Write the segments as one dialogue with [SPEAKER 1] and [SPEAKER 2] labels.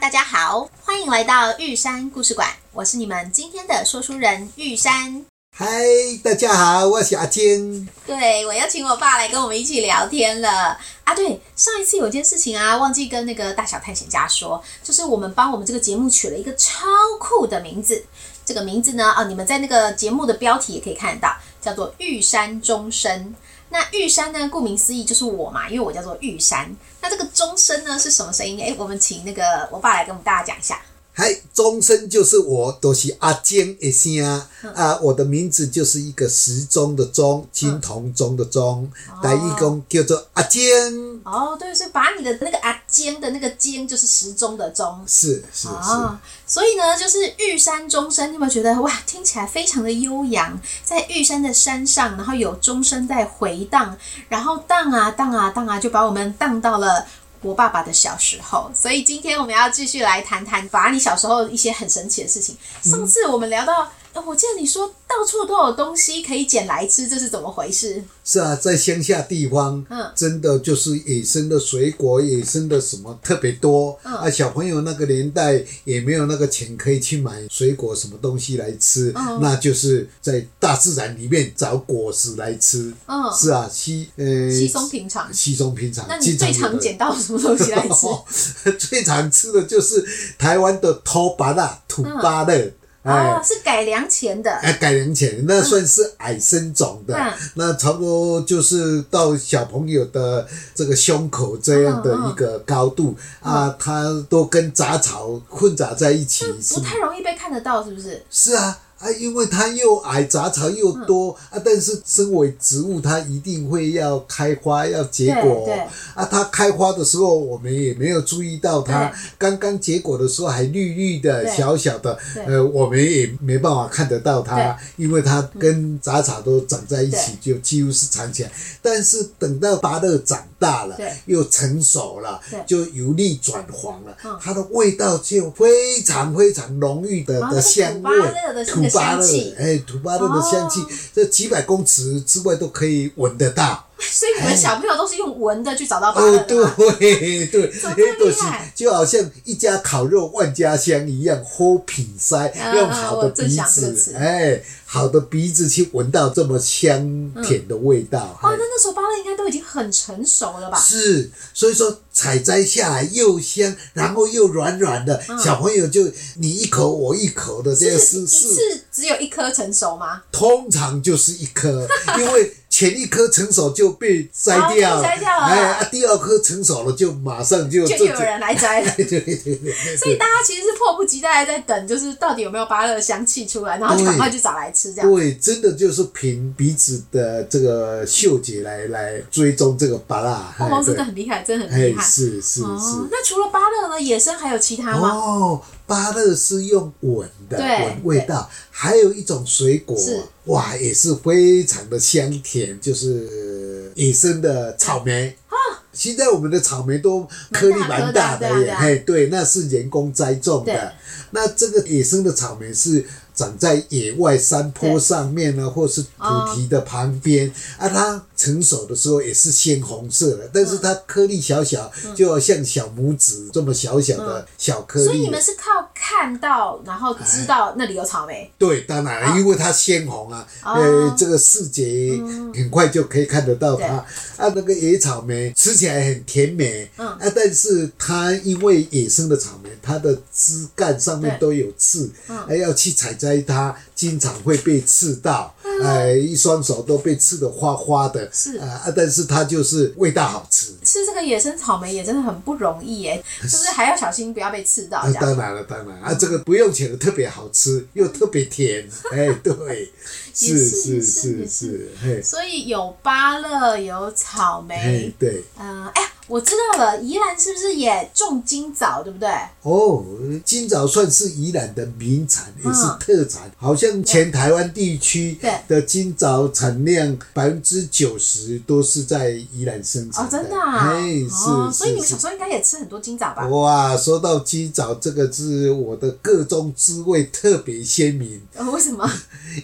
[SPEAKER 1] 大家好，欢迎来到玉山故事馆，我是你们今天的说书人玉山。
[SPEAKER 2] 嗨，大家好，我是阿坚。
[SPEAKER 1] 对，我要请我爸来跟我们一起聊天了啊！对，上一次有件事情啊，忘记跟那个大小探险家说，就是我们帮我们这个节目取了一个超酷的名字。这个名字呢，啊，你们在那个节目的标题也可以看得到，叫做《玉山钟声》。那玉山呢，顾名思义就是我嘛，因为我叫做玉山。那这个钟声呢是什么声音？诶，我们请那个我爸来跟我们大家讲一下。
[SPEAKER 2] 嗨，钟声就是我，都、就是阿坚一声啊。我的名字就是一个时钟的钟，金铜钟的钟，台语讲叫做阿坚。
[SPEAKER 1] 哦，对，所以把你的那个啊尖的那个尖就是时钟的钟。
[SPEAKER 2] 是是是，
[SPEAKER 1] 哦，所以呢，就是玉山钟声，你有没有觉得哇，听起来非常的悠扬，在玉山的山上，然后有钟声在回荡，然后荡啊荡啊荡啊，就把我们荡到了我爸爸的小时候。所以今天我们要继续来谈谈，把你小时候一些很神奇的事情。
[SPEAKER 2] 嗯
[SPEAKER 1] 上次我们聊到，呃我记得你说到处都有东西可以捡来吃，这是怎么回事？
[SPEAKER 2] 是啊，在乡下地方，
[SPEAKER 1] 嗯
[SPEAKER 2] 真的就是野生的水果、野生的什么特别多。
[SPEAKER 1] 嗯
[SPEAKER 2] 啊，小朋友那个年代也没有那个钱可以去买水果什么东西来吃，
[SPEAKER 1] 嗯
[SPEAKER 2] 那就是在大自然里面找果实来吃。
[SPEAKER 1] 嗯，
[SPEAKER 2] 是啊，稀呃
[SPEAKER 1] 稀松平常。
[SPEAKER 2] 稀松平常。
[SPEAKER 1] 那你
[SPEAKER 2] 经
[SPEAKER 1] 最
[SPEAKER 2] 有
[SPEAKER 1] 常
[SPEAKER 2] 的
[SPEAKER 1] 捡到什么东西来吃？
[SPEAKER 2] 最常吃的就是台湾的土巴辣、土巴乐，哎、
[SPEAKER 1] 哦，是改良前的。
[SPEAKER 2] 哎，改良前那算是矮生种的，
[SPEAKER 1] 嗯
[SPEAKER 2] 那差不多就是到小朋友的这个胸口这样的一个高度、啊，它都跟杂草混杂在一起，
[SPEAKER 1] 嗯
[SPEAKER 2] 是
[SPEAKER 1] 不太容易被看得到，是不 是？
[SPEAKER 2] 是啊。啊，因为它又矮，杂草又多、
[SPEAKER 1] 嗯
[SPEAKER 2] 啊，但是身为植物，它一定会要开花，要结果
[SPEAKER 1] 对对
[SPEAKER 2] 啊。它开花的时候，我们也没有注意到它
[SPEAKER 1] 对
[SPEAKER 2] 刚刚结果的时候还绿绿的、
[SPEAKER 1] 对
[SPEAKER 2] 小小的
[SPEAKER 1] 对，
[SPEAKER 2] 呃，我们也没办法看得到
[SPEAKER 1] 对嗯
[SPEAKER 2] 它，因为它跟杂草都长在一起，就几乎是藏起来。但是等到芭乐长大了
[SPEAKER 1] 对，
[SPEAKER 2] 又成熟了
[SPEAKER 1] 对，
[SPEAKER 2] 就由绿转黄了
[SPEAKER 1] 嗯，
[SPEAKER 2] 它的味道就非常非常浓郁的。
[SPEAKER 1] 哦
[SPEAKER 2] 的香味
[SPEAKER 1] 那个，土
[SPEAKER 2] 土
[SPEAKER 1] 巴
[SPEAKER 2] 巴
[SPEAKER 1] 勒的那个香气
[SPEAKER 2] 勒，哎，土巴勒的香气
[SPEAKER 1] 哦，
[SPEAKER 2] 这几百公尺之外都可以闻得到。
[SPEAKER 1] 所以你们小朋友都是用闻的去找到芭乐
[SPEAKER 2] 哦，
[SPEAKER 1] 的吗
[SPEAKER 2] 对对，
[SPEAKER 1] 么 这么
[SPEAKER 2] 哎，都是
[SPEAKER 1] 厉害
[SPEAKER 2] 就好像一家烤肉万家香一样，喝品塞
[SPEAKER 1] 啊，
[SPEAKER 2] 用好的
[SPEAKER 1] 我正
[SPEAKER 2] 鼻
[SPEAKER 1] 想这个词
[SPEAKER 2] 子，哎，好的鼻子去闻到这么香甜的味道。
[SPEAKER 1] 嗯哦，
[SPEAKER 2] 哎
[SPEAKER 1] 那那时候芭乐应该都已经很成熟了吧？
[SPEAKER 2] 是，所以说采摘下来又香，然后又软软的，小朋友就你一口我一口的这样
[SPEAKER 1] 嗯是
[SPEAKER 2] 撕
[SPEAKER 1] 一
[SPEAKER 2] 撕。
[SPEAKER 1] 次只有一颗成熟 吗？
[SPEAKER 2] 通常就是一颗，因为前一颗成熟就被摘掉
[SPEAKER 1] 哦被摘掉了
[SPEAKER 2] 哎，啊第二颗成熟了就马上就
[SPEAKER 1] 就
[SPEAKER 2] 这
[SPEAKER 1] 又有人来摘了，
[SPEAKER 2] 对对对对对，
[SPEAKER 1] 所以大家其实是迫不及待地在等，就是到底有没有芭乐的香气出来，然后就
[SPEAKER 2] 对
[SPEAKER 1] 赶快去找来吃这样。
[SPEAKER 2] 对，真的就是凭鼻子的这个嗅觉来来追踪这个巴拉，哎
[SPEAKER 1] 哦，真的
[SPEAKER 2] 对
[SPEAKER 1] 很厉害，真的很
[SPEAKER 2] 哎
[SPEAKER 1] 厉害。
[SPEAKER 2] 是是
[SPEAKER 1] 哦
[SPEAKER 2] 是，
[SPEAKER 1] 那除了芭乐呢，野生还有其他吗？
[SPEAKER 2] 哦，芭乐是用闻的，
[SPEAKER 1] 对
[SPEAKER 2] 闻味道，还有一种水果
[SPEAKER 1] 是，
[SPEAKER 2] 哇，也是非常的香甜，就是野生的草莓。现在我们的草莓都颗粒蛮大
[SPEAKER 1] 蛮大啊颗的
[SPEAKER 2] 的耶，
[SPEAKER 1] 啊
[SPEAKER 2] 嘿，对，那是人工栽种
[SPEAKER 1] 对
[SPEAKER 2] 的。那这个野生的草莓是长在野外山坡上面呢，或是土堤的旁边、啊。它成熟的时候也是鲜红色的，但是它颗粒小小，就好像小拇指这么小小的小颗粒。
[SPEAKER 1] 所以你们是靠看到，然后知道那里有草莓。
[SPEAKER 2] 对，当然了，因为它鲜红啊，
[SPEAKER 1] 哦
[SPEAKER 2] 呃，这个视觉很快就可以看得到
[SPEAKER 1] 对
[SPEAKER 2] 它啊。那个野草莓吃起来很甜美，
[SPEAKER 1] 嗯
[SPEAKER 2] 啊，但是它因为野生的草莓，它的枝干上面
[SPEAKER 1] 对
[SPEAKER 2] 都有刺，
[SPEAKER 1] 嗯
[SPEAKER 2] 还要去采摘它，经常会被刺到，哎，一双手都被刺得花花的，
[SPEAKER 1] 嗯是
[SPEAKER 2] 啊，啊但是它就是味道好吃。
[SPEAKER 1] 吃这个野生草莓也真的很不容易 耶，就是还要小心不要被刺到
[SPEAKER 2] 啊
[SPEAKER 1] 这，样。
[SPEAKER 2] 当然了，当然啊，这个不用钱的特别好吃，又特别 甜，哎，对，
[SPEAKER 1] 也
[SPEAKER 2] 是
[SPEAKER 1] 是也是也
[SPEAKER 2] 是是
[SPEAKER 1] 是
[SPEAKER 2] 是，嘿。
[SPEAKER 1] 所以有芭乐，有草
[SPEAKER 2] 哎
[SPEAKER 1] 莓，，
[SPEAKER 2] 对，
[SPEAKER 1] 嗯、哎呀，我知道了，宜兰是不是也种金枣，对不对？
[SPEAKER 2] 哦，金枣算是宜兰的名产，也是
[SPEAKER 1] 嗯
[SPEAKER 2] 特产。好像全台湾地区
[SPEAKER 1] 对
[SPEAKER 2] 的金枣产量百分之九十都是在宜兰生产
[SPEAKER 1] 哦，真的、啊，
[SPEAKER 2] 哎，是
[SPEAKER 1] 哦，
[SPEAKER 2] 是
[SPEAKER 1] 所以你们
[SPEAKER 2] 是
[SPEAKER 1] 小时候应该也吃很多金枣吧？
[SPEAKER 2] 哇，说到金枣，这个是我的各种滋味特别鲜明。
[SPEAKER 1] 呃为什么？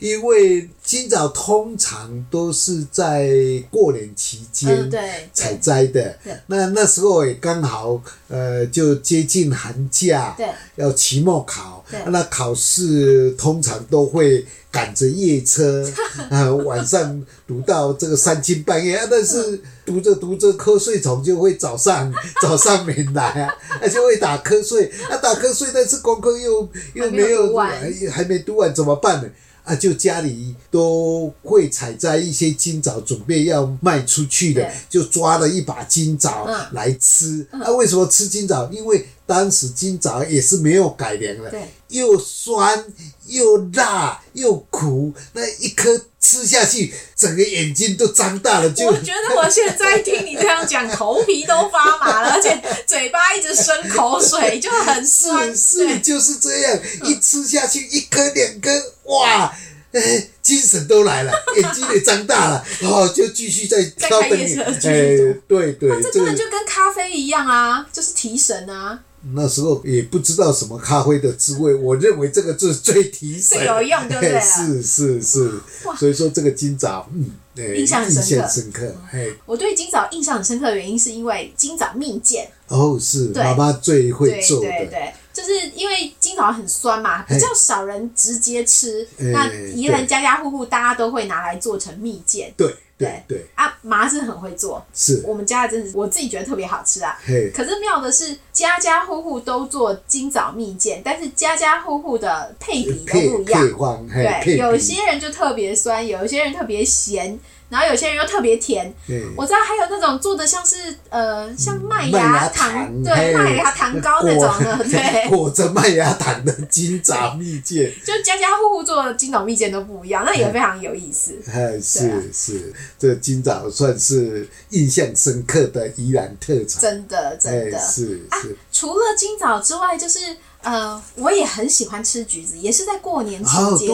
[SPEAKER 2] 因为今早通常都是在过年期
[SPEAKER 1] 嗯，
[SPEAKER 2] 间
[SPEAKER 1] 对，
[SPEAKER 2] 采摘的
[SPEAKER 1] 对，
[SPEAKER 2] 那那那时候也刚好，呃，就接近寒假，
[SPEAKER 1] 对，
[SPEAKER 2] 要期末考啊
[SPEAKER 1] 对，
[SPEAKER 2] 那考试通常都会赶着夜 车，啊，晚上读到这个三更半夜，啊但是读着读着瞌睡虫就会 早上早上没来啊，啊就会打瞌睡，啊打瞌睡，但是功课又
[SPEAKER 1] 还
[SPEAKER 2] 又没
[SPEAKER 1] 没有
[SPEAKER 2] 有
[SPEAKER 1] 读完
[SPEAKER 2] 还还没读完怎么办呢？啊，就家里都会采摘一些金枣，准备要卖出去的
[SPEAKER 1] 对，
[SPEAKER 2] 就抓了一把金枣
[SPEAKER 1] 嗯
[SPEAKER 2] 来吃。啊，为什么吃金枣？因为当时金枣也是没有改良的
[SPEAKER 1] 对，
[SPEAKER 2] 又酸又辣又苦，那一颗吃下去，整个眼睛都张大了，就
[SPEAKER 1] 我觉得我现在听你这样讲，头皮都发麻 了，而且嘴巴一直生口水，就很酸。
[SPEAKER 2] 是是
[SPEAKER 1] 对，
[SPEAKER 2] 就是这样，
[SPEAKER 1] 嗯
[SPEAKER 2] 一吃下去一颗两颗，哇！哎精神都 来了，眼睛也张大了，哦，就继续在挑
[SPEAKER 1] 开
[SPEAKER 2] 灯
[SPEAKER 1] 夜
[SPEAKER 2] 夜，
[SPEAKER 1] 车
[SPEAKER 2] 哎
[SPEAKER 1] 继续读，
[SPEAKER 2] 对对，
[SPEAKER 1] 这
[SPEAKER 2] 这
[SPEAKER 1] 根
[SPEAKER 2] 个
[SPEAKER 1] 本就跟咖啡一样啊，就是提神啊，
[SPEAKER 2] 那时候也不知道什么咖啡的滋味，我认为这个就是最提神，哎
[SPEAKER 1] 最有用就对了
[SPEAKER 2] 是是是，所以说这个今早，嗯，哎
[SPEAKER 1] 印象很深刻
[SPEAKER 2] 印象深刻，哎，
[SPEAKER 1] 我对金枣印象很深刻的原因，是因为金枣蜜饯，
[SPEAKER 2] 哦，是
[SPEAKER 1] 对
[SPEAKER 2] 妈妈最会
[SPEAKER 1] 对
[SPEAKER 2] 做
[SPEAKER 1] 对
[SPEAKER 2] 的，
[SPEAKER 1] 对，就是因为金枣很酸嘛，比较少人直接吃。
[SPEAKER 2] 哎
[SPEAKER 1] 那
[SPEAKER 2] 对
[SPEAKER 1] 宜兰家家户户大家都会拿来做成蜜饯
[SPEAKER 2] 对对对，
[SPEAKER 1] 啊，麻是很会做，
[SPEAKER 2] 是，
[SPEAKER 1] 我们家的真的是我自己觉得特别好吃啊。
[SPEAKER 2] 嘿，
[SPEAKER 1] 可是妙的是，家家户户都做金枣蜜饯，但是家家户户的配比都
[SPEAKER 2] 配
[SPEAKER 1] 不一样
[SPEAKER 2] 配。方，嘿，
[SPEAKER 1] 对，
[SPEAKER 2] 配
[SPEAKER 1] 有
[SPEAKER 2] 比
[SPEAKER 1] 些人就特别酸，有些人特别咸，然后有些人又特别甜。
[SPEAKER 2] 嘿
[SPEAKER 1] 我知道还有那种做的像是呃像麦
[SPEAKER 2] 麦
[SPEAKER 1] 芽
[SPEAKER 2] 糖，
[SPEAKER 1] 对
[SPEAKER 2] 嘿
[SPEAKER 1] 麦芽糖糕那种的，
[SPEAKER 2] 裹
[SPEAKER 1] 对，
[SPEAKER 2] 裹着麦芽糖的金枣蜜饯，
[SPEAKER 1] 就家家户户做的金枣蜜饯都不一样，那也非常有意思。
[SPEAKER 2] 哎，
[SPEAKER 1] 对啊
[SPEAKER 2] 是是，这今早算是印象深刻的宜兰特产。
[SPEAKER 1] 真的，真
[SPEAKER 2] 哎，
[SPEAKER 1] 的。啊
[SPEAKER 2] 是是
[SPEAKER 1] 除了金枣之外，就是呃，我也很喜欢吃橘子，也是在过年期
[SPEAKER 2] 哦，
[SPEAKER 1] 间。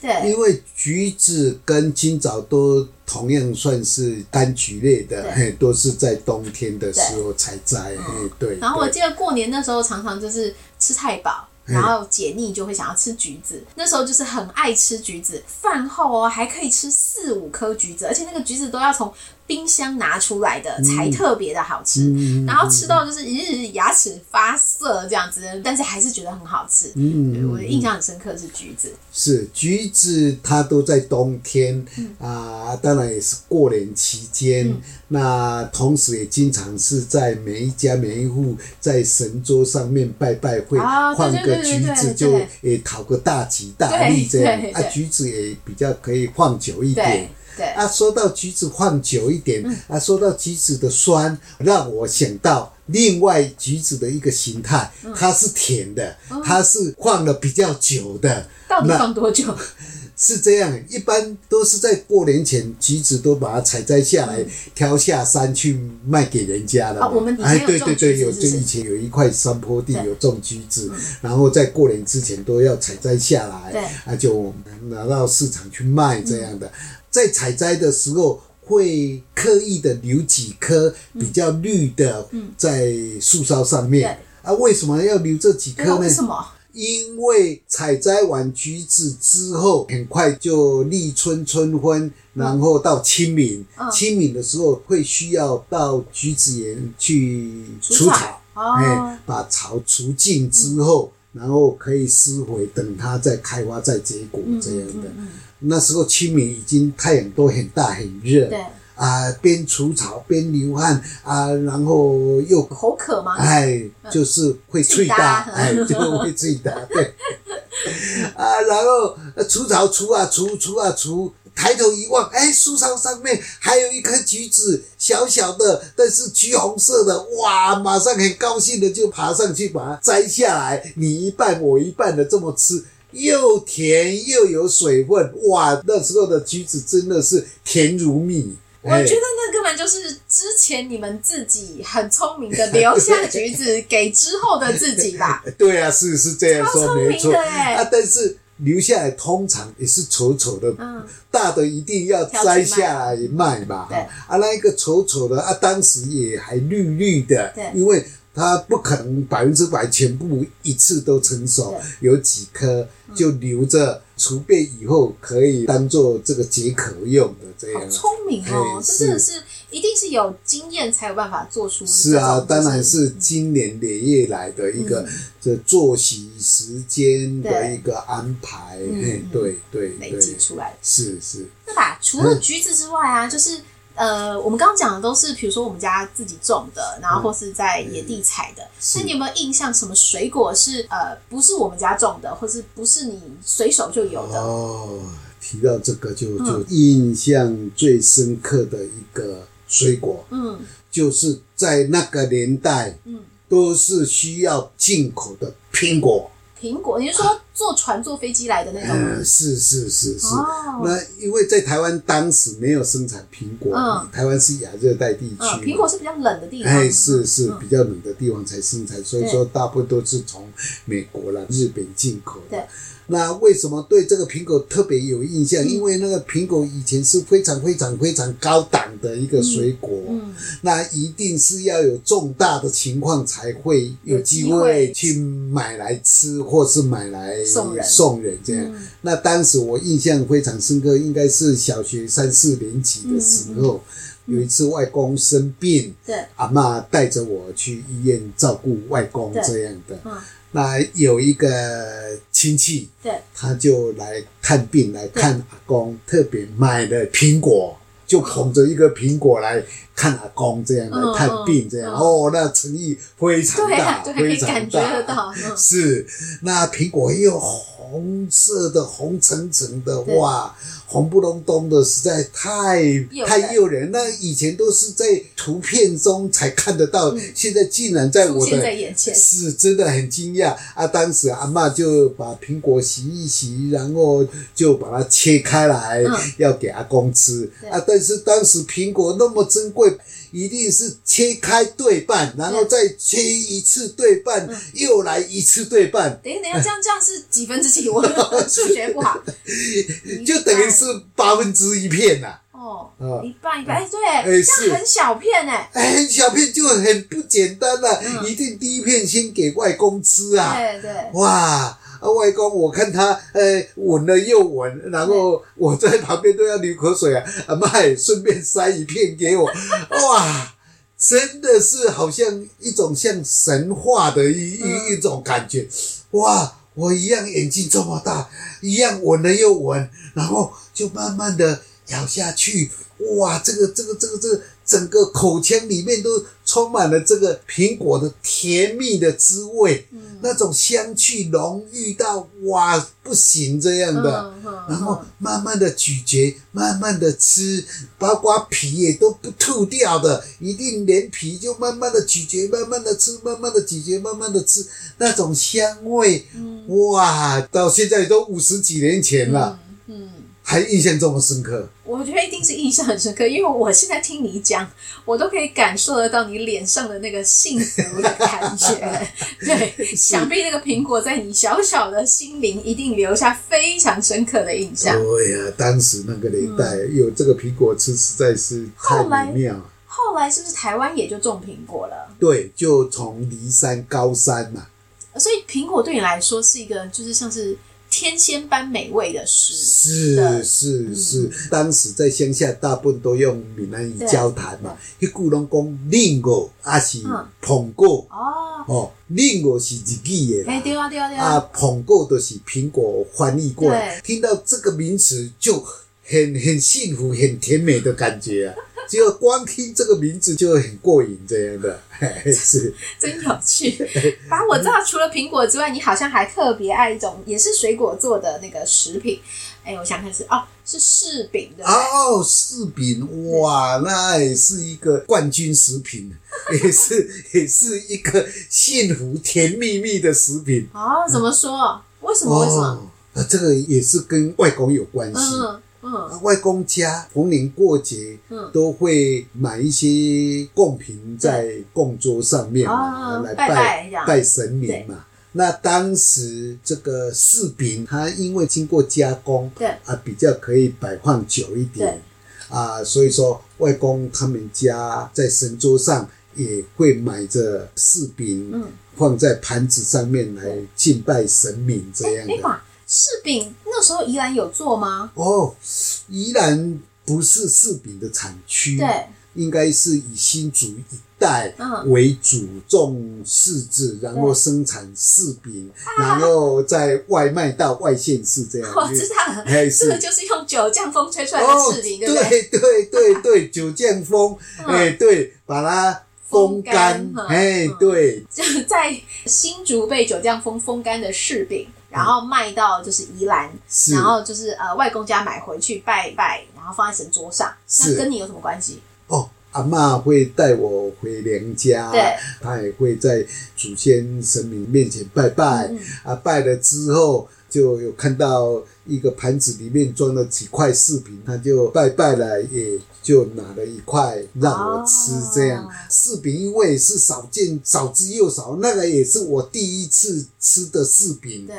[SPEAKER 2] 对，
[SPEAKER 1] 对
[SPEAKER 2] 因为橘子跟青枣都同样算是柑橘类的
[SPEAKER 1] 对，嗯
[SPEAKER 2] 嘿，都是在冬天的时候采摘，嘿，对。
[SPEAKER 1] 然后我
[SPEAKER 2] 对
[SPEAKER 1] 记得过年那时候常常就是吃太饱。
[SPEAKER 2] 嗯
[SPEAKER 1] 然后解腻就会想要吃橘子，那时候就是很爱吃橘子，饭后哦还可以吃四五颗橘子，而且那个橘子都要从冰箱拿出来的、才特别的好吃，
[SPEAKER 2] 嗯
[SPEAKER 1] 然后吃到就是一日牙齿发涩这样子，但是还是觉得很好吃。嗯，我的印象很深刻是橘子，
[SPEAKER 2] 是橘子，它都在冬天
[SPEAKER 1] 嗯
[SPEAKER 2] 啊、当然也是过年期间。那同时也经常是在每一家每一户在神桌上面拜拜会，
[SPEAKER 1] 啊
[SPEAKER 2] 换
[SPEAKER 1] 对
[SPEAKER 2] 个
[SPEAKER 1] 对对
[SPEAKER 2] 橘
[SPEAKER 1] 对对
[SPEAKER 2] 子就
[SPEAKER 1] 对
[SPEAKER 2] 也讨个大吉大利这样
[SPEAKER 1] 对对。
[SPEAKER 2] 啊
[SPEAKER 1] 对，
[SPEAKER 2] 橘子也比较可以放久一点
[SPEAKER 1] 对。对，嗯
[SPEAKER 2] 啊，说到橘子放久一点，啊，说到橘子的酸，让我想到另外橘子的一个形态，
[SPEAKER 1] 嗯
[SPEAKER 2] 它是甜的，它是放了比较久的。
[SPEAKER 1] 哦到底
[SPEAKER 2] 那
[SPEAKER 1] 放多久？
[SPEAKER 2] 是这样，一般都是在过年前，橘子都把它采摘下来，挑下山去卖给人家了嘛。
[SPEAKER 1] 嗯啊我们以前
[SPEAKER 2] 哎，
[SPEAKER 1] 有
[SPEAKER 2] 对
[SPEAKER 1] 种
[SPEAKER 2] 对对，
[SPEAKER 1] 橘子
[SPEAKER 2] 有
[SPEAKER 1] 是
[SPEAKER 2] 这
[SPEAKER 1] 不是
[SPEAKER 2] 以前有一块山坡地
[SPEAKER 1] 对嗯
[SPEAKER 2] 有种橘子，然后在过年之前都要采摘下
[SPEAKER 1] 对嗯
[SPEAKER 2] 来，啊，就拿到市场去卖这样的。在采摘的时候。会刻意的留几颗
[SPEAKER 1] 嗯
[SPEAKER 2] 比较绿的在树梢上面、啊？为什么要留这几颗
[SPEAKER 1] 那
[SPEAKER 2] 呢？
[SPEAKER 1] 为什么？
[SPEAKER 2] 因为采摘完橘子之后，很快就立春春分，然后到清明。
[SPEAKER 1] 嗯
[SPEAKER 2] 清明的时候会需要到橘子园去
[SPEAKER 1] 除
[SPEAKER 2] 除
[SPEAKER 1] 草
[SPEAKER 2] 草，
[SPEAKER 1] 哦嗯
[SPEAKER 2] 把草除尽之后，然后可以施肥，等它再开花再结果
[SPEAKER 1] 嗯
[SPEAKER 2] 这样的。那时候清明已经太阳都很大很热，
[SPEAKER 1] 对
[SPEAKER 2] 啊，边除草边流汗啊，然后又
[SPEAKER 1] 口渴吗？
[SPEAKER 2] 哎，就是会脆大，
[SPEAKER 1] 脆大
[SPEAKER 2] 哎，就会脆大，对。啊，然后呃除草除啊除除啊除，抬头一望，哎，树梢上面还有一颗橘子，小小的，但是橘红色的，哇！马上很高兴的就爬上去把它摘下来，你一半我一半的这么吃。又甜又有水分，哇！那时候的橘子真的是甜如蜜。
[SPEAKER 1] 我
[SPEAKER 2] 哎
[SPEAKER 1] 觉得那根本就是之前你们自己很聪明的留下橘子给之后的自己 吧。
[SPEAKER 2] 对啊，是是这样
[SPEAKER 1] 超
[SPEAKER 2] 说
[SPEAKER 1] 聪明
[SPEAKER 2] 没错
[SPEAKER 1] 的欸
[SPEAKER 2] 啊，但是留下来通常也是丑丑的，
[SPEAKER 1] 嗯
[SPEAKER 2] 大的一定要摘下来卖嘛。
[SPEAKER 1] 对
[SPEAKER 2] 啊，那一个丑丑的啊，当时也还绿绿的
[SPEAKER 1] 对，
[SPEAKER 2] 因为它不可能百分之百全部一次都成熟，有几颗就留
[SPEAKER 1] 嗯
[SPEAKER 2] 着，储备以后可以当做这个解渴用的这样
[SPEAKER 1] 好。聪明哦，
[SPEAKER 2] 哎
[SPEAKER 1] 这
[SPEAKER 2] 是
[SPEAKER 1] 真的是一定是有经验才有办法做出
[SPEAKER 2] 是
[SPEAKER 1] 这种
[SPEAKER 2] 啊，
[SPEAKER 1] 就
[SPEAKER 2] 当然是今年连夜来的一个
[SPEAKER 1] 嗯
[SPEAKER 2] 这作息时间的
[SPEAKER 1] 对
[SPEAKER 2] 一个安排，
[SPEAKER 1] 嗯
[SPEAKER 2] 嘿
[SPEAKER 1] 嗯
[SPEAKER 2] 对对
[SPEAKER 1] 累积
[SPEAKER 2] 对，
[SPEAKER 1] 出来的。
[SPEAKER 2] 是是，
[SPEAKER 1] 那吧，除了橘子之外啊，就是呃，我们刚刚讲的都是，比如说我们家自己种的，然后或是在野地采的。
[SPEAKER 2] 嗯是
[SPEAKER 1] 那你有没有印象，什么水果是呃不是我们家种的，或是不是你随手就有的？
[SPEAKER 2] 哦，提到这个就就
[SPEAKER 1] 嗯
[SPEAKER 2] 印象最深刻的一个水果，
[SPEAKER 1] 嗯
[SPEAKER 2] 就是在那个年代
[SPEAKER 1] 嗯，
[SPEAKER 2] 都是需要进口的苹果。
[SPEAKER 1] 苹果，你是说坐船坐飞机来的那种吗？
[SPEAKER 2] 嗯，是是是是。
[SPEAKER 1] 哦
[SPEAKER 2] 那因为在台湾当时没有生产苹果，
[SPEAKER 1] 嗯
[SPEAKER 2] 台湾是亚热带地区嘛，
[SPEAKER 1] 嗯，苹果是比较冷的地方。
[SPEAKER 2] 哎，是是
[SPEAKER 1] 嗯
[SPEAKER 2] 比较冷的地方才生产，所以
[SPEAKER 1] 对
[SPEAKER 2] 说大部分都是从美国啦、日本进口
[SPEAKER 1] 对
[SPEAKER 2] 的。那为什么对这个苹果特别有印
[SPEAKER 1] 嗯
[SPEAKER 2] 象？因为那个苹果以前是非常非常非常高档的一个水果，
[SPEAKER 1] 嗯，
[SPEAKER 2] 那一定是要有重大的情况才会有机会去买来吃，或是买来
[SPEAKER 1] 送人
[SPEAKER 2] 送人这样。
[SPEAKER 1] 嗯
[SPEAKER 2] 那当时我印象非常深刻，应该是小学三四年级的时候，有一次外公生病。
[SPEAKER 1] 对，
[SPEAKER 2] 阿嬷带着我去医院照顾外公
[SPEAKER 1] 对
[SPEAKER 2] 这样的。
[SPEAKER 1] 嗯
[SPEAKER 2] 那有一个亲戚，
[SPEAKER 1] 对，
[SPEAKER 2] 他就来探病来看阿公，特别买了苹果，就捧着一个苹果来看阿公，这样
[SPEAKER 1] 嗯
[SPEAKER 2] 来探病，这样、
[SPEAKER 1] 嗯嗯
[SPEAKER 2] 哦，那诚意非常
[SPEAKER 1] 对
[SPEAKER 2] 大，
[SPEAKER 1] 啊，对，可
[SPEAKER 2] 非
[SPEAKER 1] 以
[SPEAKER 2] 常大，
[SPEAKER 1] 感觉得到。嗯，
[SPEAKER 2] 是，那苹果也有红色的，红橙橙的，
[SPEAKER 1] 对
[SPEAKER 2] 哇，红不隆咚的，实在太
[SPEAKER 1] 诱
[SPEAKER 2] 太
[SPEAKER 1] 人
[SPEAKER 2] 诱人。那以前都是在图片中才看得到，现在竟然在
[SPEAKER 1] 嗯出
[SPEAKER 2] 哎我
[SPEAKER 1] 现在
[SPEAKER 2] 的。
[SPEAKER 1] 眼前。
[SPEAKER 2] 是真的很惊讶啊！当时阿嬷就把苹果洗一洗，然后就把它切开来，
[SPEAKER 1] 嗯
[SPEAKER 2] 要给阿公吃
[SPEAKER 1] 对
[SPEAKER 2] 啊。但是当时苹果那么珍贵，一定是切开对半，然后再切一次对半，
[SPEAKER 1] 嗯
[SPEAKER 2] 又来一次对半，
[SPEAKER 1] 等一下，等一下，这样这样是几分之几？ 我数学不好，
[SPEAKER 2] 就等于是八分之一片呐、
[SPEAKER 1] 哦
[SPEAKER 2] 啊，
[SPEAKER 1] 一半一半，哎，对，这
[SPEAKER 2] 是
[SPEAKER 1] 样很小片哎，
[SPEAKER 2] 哎，小片就很不简单了、一定第一片先给外公吃啊。
[SPEAKER 1] 嗯对对，
[SPEAKER 2] 哇，啊外公，我看他呃闻了又闻，然后我在旁边都要流口水啊，阿妈也顺便塞一片给我， 哇，真的是好像一种像神话的一、
[SPEAKER 1] 嗯
[SPEAKER 2] 一一种感觉，哇。我一样眼睛这么大，一样闻了又闻，然后就慢慢的咬下去，哇，这个这个这个这个整个口腔里面都充满了这个苹果的甜蜜的滋味，
[SPEAKER 1] 嗯
[SPEAKER 2] 那种香气浓郁到哇不行这样的，
[SPEAKER 1] 嗯嗯
[SPEAKER 2] 然后
[SPEAKER 1] 嗯
[SPEAKER 2] 慢慢的咀嚼，慢慢的吃，包括皮也都不吐掉的，一定连皮就慢慢的咀嚼，慢慢的吃，慢慢的咀嚼，慢慢的吃，那种香味，
[SPEAKER 1] 嗯
[SPEAKER 2] 哇，到现在都五十几年前了，
[SPEAKER 1] 嗯嗯，
[SPEAKER 2] 还印象这么深刻。
[SPEAKER 1] 我觉得一定是印象很深刻，因为我现在听你讲，我都可以感受得到你脸上的那个幸福的感觉。对，想必那个苹果在你小小的心灵一定留下非常深刻的印象。
[SPEAKER 2] 对呀、当时那个年代、有这个苹果吃，实在是
[SPEAKER 1] 后来
[SPEAKER 2] 太美妙了。
[SPEAKER 1] 后来是不是台湾也就种苹果了？
[SPEAKER 2] 对，就从骊山、高山啊嘛、
[SPEAKER 1] 所以苹果对你来说是一个就是像是天仙般美味的食。对
[SPEAKER 2] 是是是，当时在乡下大部分都用闽南语交谈嘛，迄句拢讲另果啊是
[SPEAKER 1] 嗯
[SPEAKER 2] 捧果
[SPEAKER 1] 哦，
[SPEAKER 2] 哦，另果是自己的
[SPEAKER 1] 哎、对
[SPEAKER 2] 啦。
[SPEAKER 1] 啊对啊对啊，
[SPEAKER 2] 啊，捧果就是苹果翻译过来，听到这个名词就很很幸福、很甜美的感觉啊！就光听这个名字就很过瘾，这样的，嘿嘿是
[SPEAKER 1] 真有趣。把我知道，除了苹果之外，你好像还特别爱一种也是水果做的那个食品。哎，我想看是哦，是柿饼对不对？
[SPEAKER 2] 哦，柿饼哇，那也是一个冠军食品，也是也是一个幸福甜蜜蜜的食品。
[SPEAKER 1] 哦，怎么说？为什么？为什么？
[SPEAKER 2] 哦，啊这个也是跟外公有关系。啊
[SPEAKER 1] 嗯嗯
[SPEAKER 2] 外公家逢年过节
[SPEAKER 1] 嗯
[SPEAKER 2] 都会买一些贡品在供桌上面嘛，
[SPEAKER 1] 哦
[SPEAKER 2] 来
[SPEAKER 1] 拜拜
[SPEAKER 2] 拜
[SPEAKER 1] 这样
[SPEAKER 2] 拜神明嘛。那当时这个柿饼，它因为经过加工，
[SPEAKER 1] 对
[SPEAKER 2] 啊，比较可以摆放久一点，啊，所以说外公他们家在神桌上也会买着柿饼，
[SPEAKER 1] 嗯
[SPEAKER 2] 放在盘子上面来敬拜神明这样
[SPEAKER 1] 哎
[SPEAKER 2] 的。
[SPEAKER 1] 嘛，柿饼那时候宜兰有做吗？
[SPEAKER 2] 哦，宜兰不是柿饼的产区，
[SPEAKER 1] 对，
[SPEAKER 2] 应该是以新竹一带
[SPEAKER 1] 嗯
[SPEAKER 2] 为主种柿子，然后生产柿饼，然后再外卖到外县市这样。
[SPEAKER 1] 我知道了，
[SPEAKER 2] 哎
[SPEAKER 1] 这个
[SPEAKER 2] 是。
[SPEAKER 1] 就是用酒酱风吹出来的
[SPEAKER 2] 哦，
[SPEAKER 1] 柿饼，对嗯不对？
[SPEAKER 2] 对对对对，九剑 风，哎，对，把它风干
[SPEAKER 1] 风干，
[SPEAKER 2] 哎
[SPEAKER 1] 嗯，
[SPEAKER 2] 对，
[SPEAKER 1] 就在新竹被酒酱风风干的柿饼，然后卖到就是宜兰，
[SPEAKER 2] 是
[SPEAKER 1] 然后就是呃外公家买回去拜一拜，然后放在神桌上，那
[SPEAKER 2] 是
[SPEAKER 1] 跟你有什么关系？
[SPEAKER 2] 哦。阿嬷会带我回娘家
[SPEAKER 1] 对，
[SPEAKER 2] 她也会在祖先神明面前拜拜。
[SPEAKER 1] 嗯
[SPEAKER 2] 啊，拜了之后就有看到一个盘子里面装了几块柿饼，他就拜拜了，也就拿了一块让我吃。
[SPEAKER 1] 哦
[SPEAKER 2] 这样、柿饼因为是少见少之又少，那个也是我第一次吃的柿饼。
[SPEAKER 1] 对，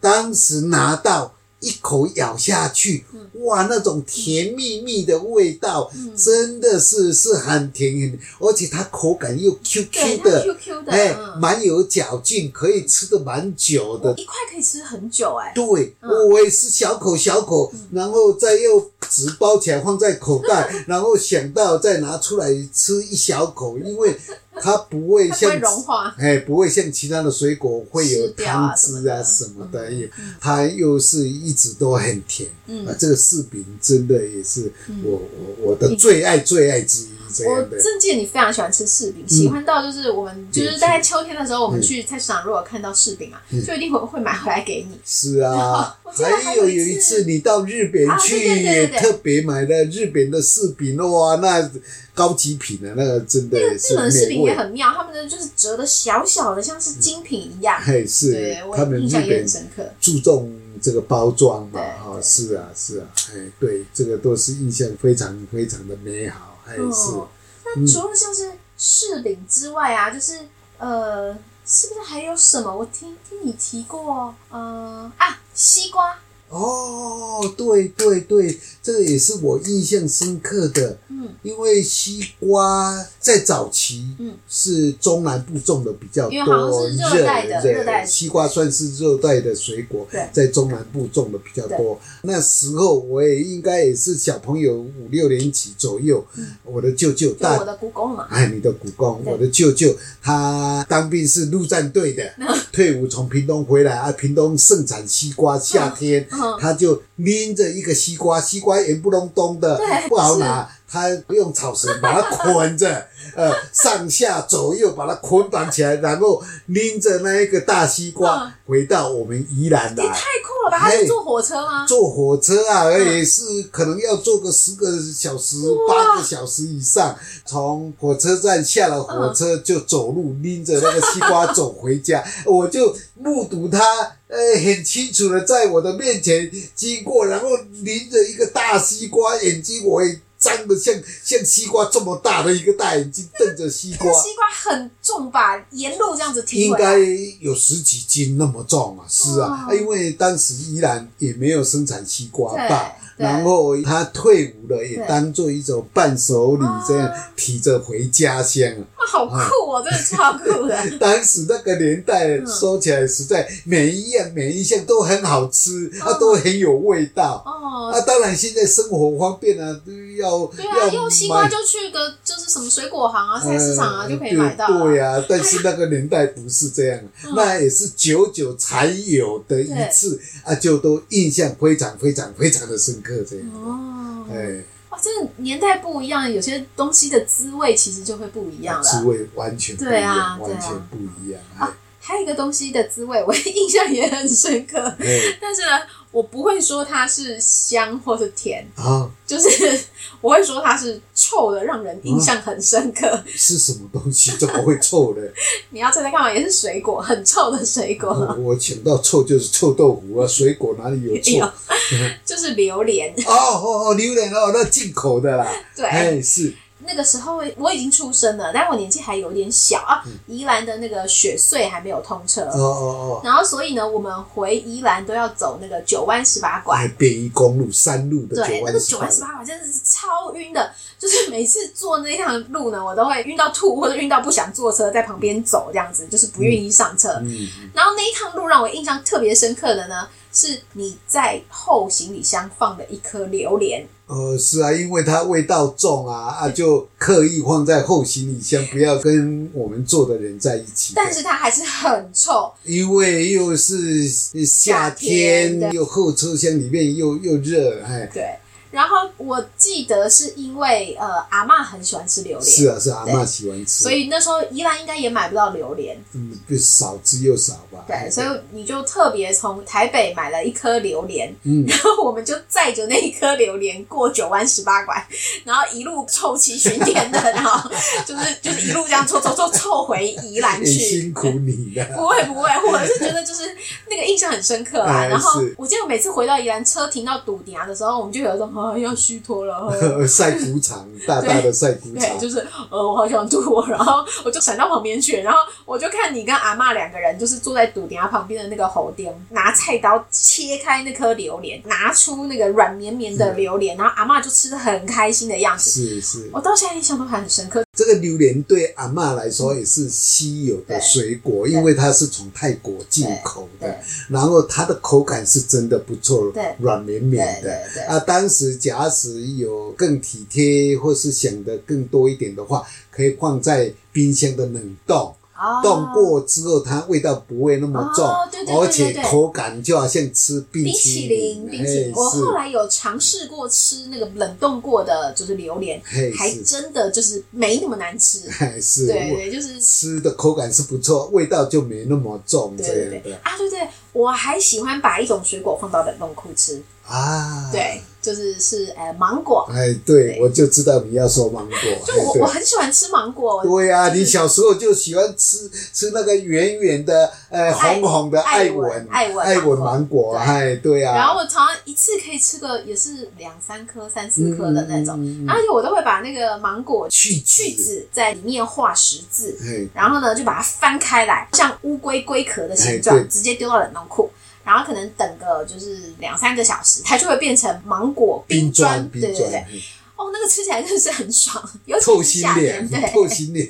[SPEAKER 2] 当时拿到一口咬下去，
[SPEAKER 1] 嗯
[SPEAKER 2] 哇，那种甜蜜蜜的味道，真的是是很甜很，而且它口感又
[SPEAKER 1] 对，
[SPEAKER 2] Q Q
[SPEAKER 1] 它
[SPEAKER 2] 的，
[SPEAKER 1] Q Q 的，
[SPEAKER 2] 哎，
[SPEAKER 1] 嗯，
[SPEAKER 2] 蛮有嚼劲，可以吃的蛮久的。
[SPEAKER 1] 一块可以吃很久哎、
[SPEAKER 2] 对，
[SPEAKER 1] 嗯
[SPEAKER 2] 我也是小口小口，然后再用纸包起来放在口 袋，然后想到再拿出来吃一小口，因为它不
[SPEAKER 1] 它
[SPEAKER 2] 会
[SPEAKER 1] 不会
[SPEAKER 2] 像
[SPEAKER 1] 融化，
[SPEAKER 2] 哎，不会像其他的水果会有
[SPEAKER 1] 吃掉啊
[SPEAKER 2] 汤汁啊
[SPEAKER 1] 什
[SPEAKER 2] 什
[SPEAKER 1] 么
[SPEAKER 2] 么
[SPEAKER 1] 的
[SPEAKER 2] 的，也它又是一直都很甜。
[SPEAKER 1] 嗯
[SPEAKER 2] 啊，这个柿饼真的也是
[SPEAKER 1] 嗯
[SPEAKER 2] 我我我的最爱最爱之一，这
[SPEAKER 1] 我
[SPEAKER 2] 样的。
[SPEAKER 1] 真记得你非常喜欢吃柿饼，喜欢到就是我们
[SPEAKER 2] 嗯
[SPEAKER 1] 就是大概秋天的时候，我们去菜市场如果看到柿饼啊，就一定会会买回来给你。，
[SPEAKER 2] 是 啊
[SPEAKER 1] 哦我记得还
[SPEAKER 2] 还
[SPEAKER 1] 有
[SPEAKER 2] 有
[SPEAKER 1] 一
[SPEAKER 2] 有一
[SPEAKER 1] 次
[SPEAKER 2] 次你到日本
[SPEAKER 1] 啊
[SPEAKER 2] 去，
[SPEAKER 1] 对对对对
[SPEAKER 2] 也
[SPEAKER 1] 对
[SPEAKER 2] 特别买了日本的柿饼，哇，啊那高级品的、啊、那个真的也
[SPEAKER 1] 日
[SPEAKER 2] 是
[SPEAKER 1] 本的柿
[SPEAKER 2] 美
[SPEAKER 1] 饼也
[SPEAKER 2] 味。
[SPEAKER 1] 很妙，他们的就是折的小小的，像是精品一样。
[SPEAKER 2] 嘿， 是
[SPEAKER 1] 对我
[SPEAKER 2] 他们
[SPEAKER 1] 印
[SPEAKER 2] 日
[SPEAKER 1] 象也
[SPEAKER 2] 本
[SPEAKER 1] 很深刻。
[SPEAKER 2] 注重这个包装
[SPEAKER 1] 对
[SPEAKER 2] 嘛，哈、
[SPEAKER 1] 对
[SPEAKER 2] 是啊，是啊，哎，对，这个都是印象非常非常的美好，哎，嗯
[SPEAKER 1] 哦，那除了像是柿饼之外啊，就是呃，是不是还有什么？我听听你提过，呃啊，西瓜，
[SPEAKER 2] 是哦，对对对，这个也是我印象深刻的，
[SPEAKER 1] 嗯，
[SPEAKER 2] 因为西瓜在早期，
[SPEAKER 1] 嗯，
[SPEAKER 2] 是中南部种的比较
[SPEAKER 1] 因为好
[SPEAKER 2] 多，
[SPEAKER 1] 像是热带的热带
[SPEAKER 2] 西瓜算是热带的水果
[SPEAKER 1] 对，
[SPEAKER 2] 在中南部种的比较多。那时候我也应该也是小朋友五六年级左右，我的舅舅
[SPEAKER 1] 嗯就
[SPEAKER 2] 大
[SPEAKER 1] 我的故宫嘛，
[SPEAKER 2] 哎，你的股肱，
[SPEAKER 1] 对
[SPEAKER 2] 我的舅舅，他当兵是陆战队 的，
[SPEAKER 1] 嗯
[SPEAKER 2] 退伍从屏东回来啊，屏东盛产西瓜，夏天、
[SPEAKER 1] 嗯
[SPEAKER 2] 他就拎着一个西瓜，西瓜圆不隆咚的
[SPEAKER 1] 对，
[SPEAKER 2] 不好拿，他用草绳把它 捆着，呃，上下左右把它捆绑起来，然后拎着那一个大西瓜、
[SPEAKER 1] 嗯
[SPEAKER 2] 回到我们宜兰
[SPEAKER 1] 也
[SPEAKER 2] 来
[SPEAKER 1] 太。酷了吧！它是
[SPEAKER 2] 嘿
[SPEAKER 1] 坐火车吗？
[SPEAKER 2] 坐火车啊，
[SPEAKER 1] 嗯
[SPEAKER 2] 也是可能要坐个十个小时、八个小时以上。从火车站下了火车，就走路拎着那个西瓜走回家。 我就目睹他，呃，很清楚的在我的面前经过，然后拎着一个大西瓜，眼睛我也张得像像西瓜这么大的一个大眼睛，瞪着西瓜
[SPEAKER 1] 那。西瓜很重吧？沿路这样子提
[SPEAKER 2] 应
[SPEAKER 1] 回
[SPEAKER 2] 该
[SPEAKER 1] 来，
[SPEAKER 2] 有十几斤那么重啊！是啊，
[SPEAKER 1] 哦
[SPEAKER 2] 因为当时依然也没有生产西瓜吧，
[SPEAKER 1] 对对
[SPEAKER 2] 然后他退伍了，也
[SPEAKER 1] 对
[SPEAKER 2] 当做一种伴手礼
[SPEAKER 1] 哦，
[SPEAKER 2] 这样提着回家乡啊。
[SPEAKER 1] 哇，好酷哦，真的超酷的。
[SPEAKER 2] 当时那个年代
[SPEAKER 1] 嗯
[SPEAKER 2] 说起来，实在每一样每一项都很好吃，
[SPEAKER 1] 哦
[SPEAKER 2] 啊，都很有味道。
[SPEAKER 1] 哦，
[SPEAKER 2] 啊，当然现在生活方便啊，都要
[SPEAKER 1] 对啊，用西瓜
[SPEAKER 2] 买
[SPEAKER 1] 就去个就是什么水果行啊、菜市场啊，
[SPEAKER 2] 呃
[SPEAKER 1] 就可以买到了。嗯
[SPEAKER 2] 对呀、 但是那个年代不是这样，那也是久久才有的一次啊，就都印象非常非常非常的深刻这样。
[SPEAKER 1] 哦，
[SPEAKER 2] 哎，
[SPEAKER 1] 哇，这个年代不一样，有些东西的滋味其实就会不一样
[SPEAKER 2] 滋
[SPEAKER 1] 了。
[SPEAKER 2] 味完全不一
[SPEAKER 1] 对啊
[SPEAKER 2] 样，
[SPEAKER 1] 对啊
[SPEAKER 2] 完全不一样。哎
[SPEAKER 1] 啊还有一个东西的滋味， 我印象也很深刻，
[SPEAKER 2] 哎，
[SPEAKER 1] 但是呢，我不会说它是香或是甜，
[SPEAKER 2] 啊，
[SPEAKER 1] 就是 我会说它是臭的，让人印象很深刻。
[SPEAKER 2] 是什么东西怎么会臭 呢？
[SPEAKER 1] 你要猜猜看嘛，也是水果，很臭的水果，
[SPEAKER 2] 我嗯我想到臭就是臭豆腐啊，水果哪里有
[SPEAKER 1] 哎
[SPEAKER 2] 臭？哦
[SPEAKER 1] 呦就是榴莲。
[SPEAKER 2] 哦哦哦，榴莲哦，那进口的啦。
[SPEAKER 1] 对
[SPEAKER 2] 哎，是
[SPEAKER 1] 那个时候我已经出生了，但我年纪还有点小啊。宜兰的那个雪隧还没有通车，
[SPEAKER 2] 哦哦哦，
[SPEAKER 1] 然后所以呢，我们回宜兰都要走那个九弯十八拐
[SPEAKER 2] 哎，。便宜公路山路的
[SPEAKER 1] 对那个
[SPEAKER 2] 九，弯
[SPEAKER 1] 九
[SPEAKER 2] 十
[SPEAKER 1] 弯
[SPEAKER 2] 八
[SPEAKER 1] 十八拐真的是超晕的，就是每次坐那趟路呢，我都会晕到吐，或者晕到不想坐车，在旁边走这样子，就是不愿意上车。
[SPEAKER 2] 嗯，
[SPEAKER 1] 然后那一趟路让我印象特别深刻的呢，是你在后行李箱放的一颗榴莲，
[SPEAKER 2] 呃，是啊，因为它味道重啊
[SPEAKER 1] 嗯
[SPEAKER 2] 啊，就刻意放在后行李箱，不要跟我们坐的人在一起。
[SPEAKER 1] 但是它还是很臭。
[SPEAKER 2] 因为又是夏
[SPEAKER 1] 夏天对
[SPEAKER 2] 天，又后车厢里面又又热，哎，
[SPEAKER 1] 对，然后我记得是因为呃阿嬷很喜欢吃榴莲，
[SPEAKER 2] 是啊是啊，阿
[SPEAKER 1] 对
[SPEAKER 2] 嬷喜欢吃，
[SPEAKER 1] 所以那时候宜兰应该也买不到榴莲，
[SPEAKER 2] 嗯，就少之又少吧。哎
[SPEAKER 1] 对，所以你就特别从台北买了一颗榴莲，
[SPEAKER 2] 嗯
[SPEAKER 1] 然后我们就载着那一颗榴莲过九弯十八拐，然后一路臭气熏天的， 然后就是就是一路这样臭臭臭臭回宜兰
[SPEAKER 2] 也
[SPEAKER 1] 去。
[SPEAKER 2] 哎辛苦你了。
[SPEAKER 1] 不会不会，我是觉得就是那个印象很深刻啊。
[SPEAKER 2] 哎
[SPEAKER 1] 然后
[SPEAKER 2] 是
[SPEAKER 1] 我记得我每次回到宜兰，车停到堵牙的时候，我们就有一种啊要虚脱了，啊
[SPEAKER 2] 晒谷场，大大的晒谷
[SPEAKER 1] 对，
[SPEAKER 2] 场，
[SPEAKER 1] 就是呃，我好想吐，然后我就闪到旁边去，然后我就看你跟阿嬷两个人就是坐在赌牙旁边的那个猴丁，拿菜刀切开那颗榴莲，拿出那个软绵绵的榴莲，然后阿嬷就吃的很开心的样子。
[SPEAKER 2] 是是，
[SPEAKER 1] 我到现在印象都还很深刻，
[SPEAKER 2] 这个榴莲对阿嬷来说也是稀有的水果，因为它是从泰国进口
[SPEAKER 1] 对
[SPEAKER 2] 的，然后它的口感是真的不错
[SPEAKER 1] 对，
[SPEAKER 2] 软绵绵的
[SPEAKER 1] 对对对。
[SPEAKER 2] 啊，当时假使有更体贴或是想的更多一点的话，可以放在冰箱的冷冻。
[SPEAKER 1] 哦
[SPEAKER 2] 冻过之后，它味道不会那么重，
[SPEAKER 1] 哦对对对
[SPEAKER 2] 而且
[SPEAKER 1] 对对
[SPEAKER 2] 口感就好像吃冰
[SPEAKER 1] 冰淇
[SPEAKER 2] 淇
[SPEAKER 1] 淋，
[SPEAKER 2] 淋，
[SPEAKER 1] 冰淇淋，
[SPEAKER 2] 哎
[SPEAKER 1] 我
[SPEAKER 2] 是
[SPEAKER 1] 后来有尝试过吃那个冷冻过的，就是榴莲
[SPEAKER 2] 嘿，
[SPEAKER 1] 还
[SPEAKER 2] 是
[SPEAKER 1] 真的就是没那么难吃。
[SPEAKER 2] 哎是，
[SPEAKER 1] 对
[SPEAKER 2] 我
[SPEAKER 1] 对，就是
[SPEAKER 2] 吃的口感是不错，味道就没那么重，这
[SPEAKER 1] 对对
[SPEAKER 2] 样
[SPEAKER 1] 对
[SPEAKER 2] 的
[SPEAKER 1] 啊，对对，我还喜欢把一种水果放到冷冻库吃，
[SPEAKER 2] 啊。
[SPEAKER 1] 对，就是是呃芒果，
[SPEAKER 2] 哎，对，
[SPEAKER 1] 对
[SPEAKER 2] 我就知道你要说芒果。
[SPEAKER 1] 就
[SPEAKER 2] 哎
[SPEAKER 1] 我
[SPEAKER 2] 对
[SPEAKER 1] 我很喜欢吃芒果，
[SPEAKER 2] 对呀、
[SPEAKER 1] 就是
[SPEAKER 2] 你小时候就喜欢吃吃那个圆圆的、呃
[SPEAKER 1] 爱
[SPEAKER 2] 红红的
[SPEAKER 1] 爱
[SPEAKER 2] 文
[SPEAKER 1] 文爱文
[SPEAKER 2] 爱文
[SPEAKER 1] 芒
[SPEAKER 2] 芒果，
[SPEAKER 1] 对
[SPEAKER 2] 哎，对呀、
[SPEAKER 1] 然后我常常一次可以吃个也是两三颗、三四颗的那种，啊
[SPEAKER 2] 嗯嗯嗯嗯
[SPEAKER 1] 而且我都会把那个芒果
[SPEAKER 2] 去
[SPEAKER 1] 去
[SPEAKER 2] 籽
[SPEAKER 1] 籽在里面画十字，
[SPEAKER 2] 嘿
[SPEAKER 1] 然后呢就把它翻开来，像乌龟龟壳的形
[SPEAKER 2] 哎
[SPEAKER 1] 状，
[SPEAKER 2] 对
[SPEAKER 1] 直接丢到冷冻库。然后可能等个就是两三个小时，它就会变成芒果冰
[SPEAKER 2] 砖，
[SPEAKER 1] 砖，
[SPEAKER 2] 冰
[SPEAKER 1] 对对
[SPEAKER 2] 砖，
[SPEAKER 1] 对，
[SPEAKER 2] 嘿
[SPEAKER 1] 哦，那个吃起来真的是很爽，尤
[SPEAKER 2] 透
[SPEAKER 1] 其是
[SPEAKER 2] 心
[SPEAKER 1] 夏天，
[SPEAKER 2] 凉
[SPEAKER 1] 对，，
[SPEAKER 2] 透心凉，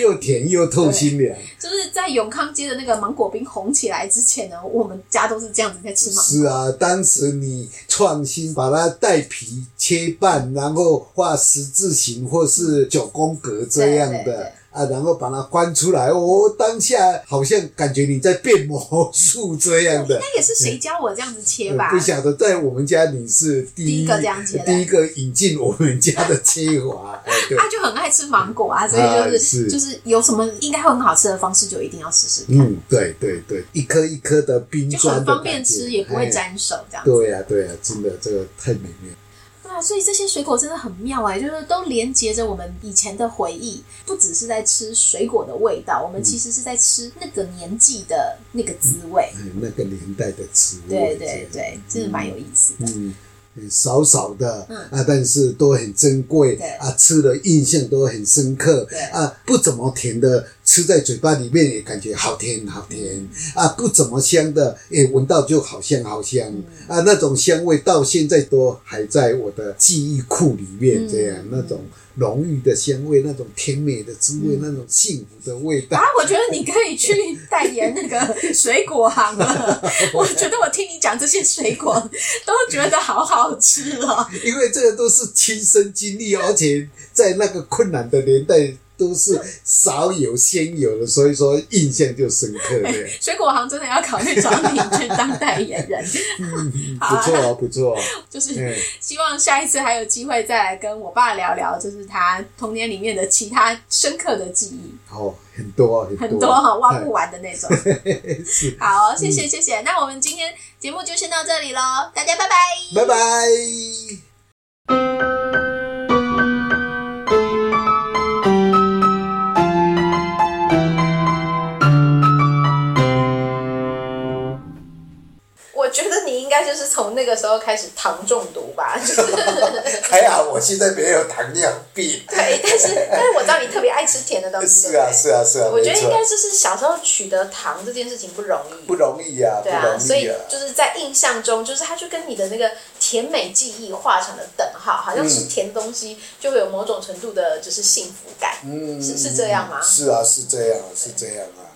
[SPEAKER 2] 又甜又透心凉。
[SPEAKER 1] 就是在永康街的那个芒果冰红起来之前呢，我们家都是这样子在吃芒果。
[SPEAKER 2] 是啊，当时你创新把它带皮切半，然后画十字形或是九宫格这样
[SPEAKER 1] 对对对
[SPEAKER 2] 的啊，然后把它翻出来，我、哦、当下好像感觉你在变魔术这样的呃
[SPEAKER 1] 应。
[SPEAKER 2] 嗯
[SPEAKER 1] 该也是谁教我这样子切吧？
[SPEAKER 2] 不晓得在我们家你是第
[SPEAKER 1] 第一个这样切的
[SPEAKER 2] 第一个引进我们家的切法，哎，对，
[SPEAKER 1] 他就很爱吃芒果啊，所以就是,、
[SPEAKER 2] 啊是
[SPEAKER 1] 就是有什么应该会很好吃的方式，就一定要试试看，
[SPEAKER 2] 嗯，对对对，一颗一颗的冰
[SPEAKER 1] 就
[SPEAKER 2] 砖
[SPEAKER 1] 很
[SPEAKER 2] 的感
[SPEAKER 1] 方便
[SPEAKER 2] 觉
[SPEAKER 1] 吃，也不会。
[SPEAKER 2] 哎
[SPEAKER 1] 沾手这样子。
[SPEAKER 2] 对呀、对呀、啊真的这个太美妙了。
[SPEAKER 1] 对啊，所以这些水果真的很妙哎、就是都连接着我们以前的回忆，不只是在吃水果的味道，我们其实是在吃那个年纪的那个滋味。
[SPEAKER 2] 哎那个年代的词
[SPEAKER 1] 对
[SPEAKER 2] 味，这
[SPEAKER 1] 对
[SPEAKER 2] 样
[SPEAKER 1] 对，真的蛮有意思的。
[SPEAKER 2] 嗯，少少的、
[SPEAKER 1] 嗯
[SPEAKER 2] 啊，但是都很珍贵
[SPEAKER 1] 对
[SPEAKER 2] 啊，吃的印象都很深刻
[SPEAKER 1] 对
[SPEAKER 2] 啊，不怎么甜的吃在嘴巴里面也感觉好甜好
[SPEAKER 1] 嗯
[SPEAKER 2] 甜啊，不怎么香的也闻到就好香好香、
[SPEAKER 1] 嗯
[SPEAKER 2] 啊，那种香味到现在都还在我的记忆库里面，
[SPEAKER 1] 嗯
[SPEAKER 2] 这样、那种浓郁的香味，那种甜美的滋
[SPEAKER 1] 嗯
[SPEAKER 2] 味，那种幸福的味道
[SPEAKER 1] 啊。，我觉得你可以去代言那个水果行 了。我觉得我听你讲这些水果，都觉得好好吃 哦。
[SPEAKER 2] 因为这个都是亲身经历，而且在那个困难的年代都是少有先有的，所以说印象就深刻 了。
[SPEAKER 1] 水果行真的要考虑找你去当代言 人，好
[SPEAKER 2] 不
[SPEAKER 1] 啊
[SPEAKER 2] 错哦，不错哦，
[SPEAKER 1] 就是
[SPEAKER 2] 嗯，
[SPEAKER 1] 希望下一次还有机会再来跟我爸聊聊，就是他童年里面的其他深刻的记忆，
[SPEAKER 2] 好，很多很多
[SPEAKER 1] 很多哈挖不完的那种。
[SPEAKER 2] 是，嗯
[SPEAKER 1] 好，谢谢谢谢，那我们今天节目就先到这里喽，大家拜拜。
[SPEAKER 2] 拜拜。
[SPEAKER 1] 我我觉得你应该就是从那个时候开始糖中毒 吧，就是
[SPEAKER 2] 还好哎我现在没有糖尿病。
[SPEAKER 1] 对，但是但是我知道你特别爱吃甜的东西。
[SPEAKER 2] 是啊，
[SPEAKER 1] 对不对
[SPEAKER 2] 是啊，是啊，
[SPEAKER 1] 我觉
[SPEAKER 2] 没
[SPEAKER 1] 得应
[SPEAKER 2] 错
[SPEAKER 1] 该就是小时候取得糖这件事情不容易。
[SPEAKER 2] 不容易啊，不
[SPEAKER 1] 对啊，所
[SPEAKER 2] 容易
[SPEAKER 1] 以
[SPEAKER 2] 啊。
[SPEAKER 1] 就是在印象中，就是它就跟你的那个甜美记忆画上了等号，好像
[SPEAKER 2] 嗯
[SPEAKER 1] 是甜东西就会有某种程度的，就是幸福感，
[SPEAKER 2] 嗯
[SPEAKER 1] 是是这样吗？
[SPEAKER 2] 是啊，是这样，是这样啊。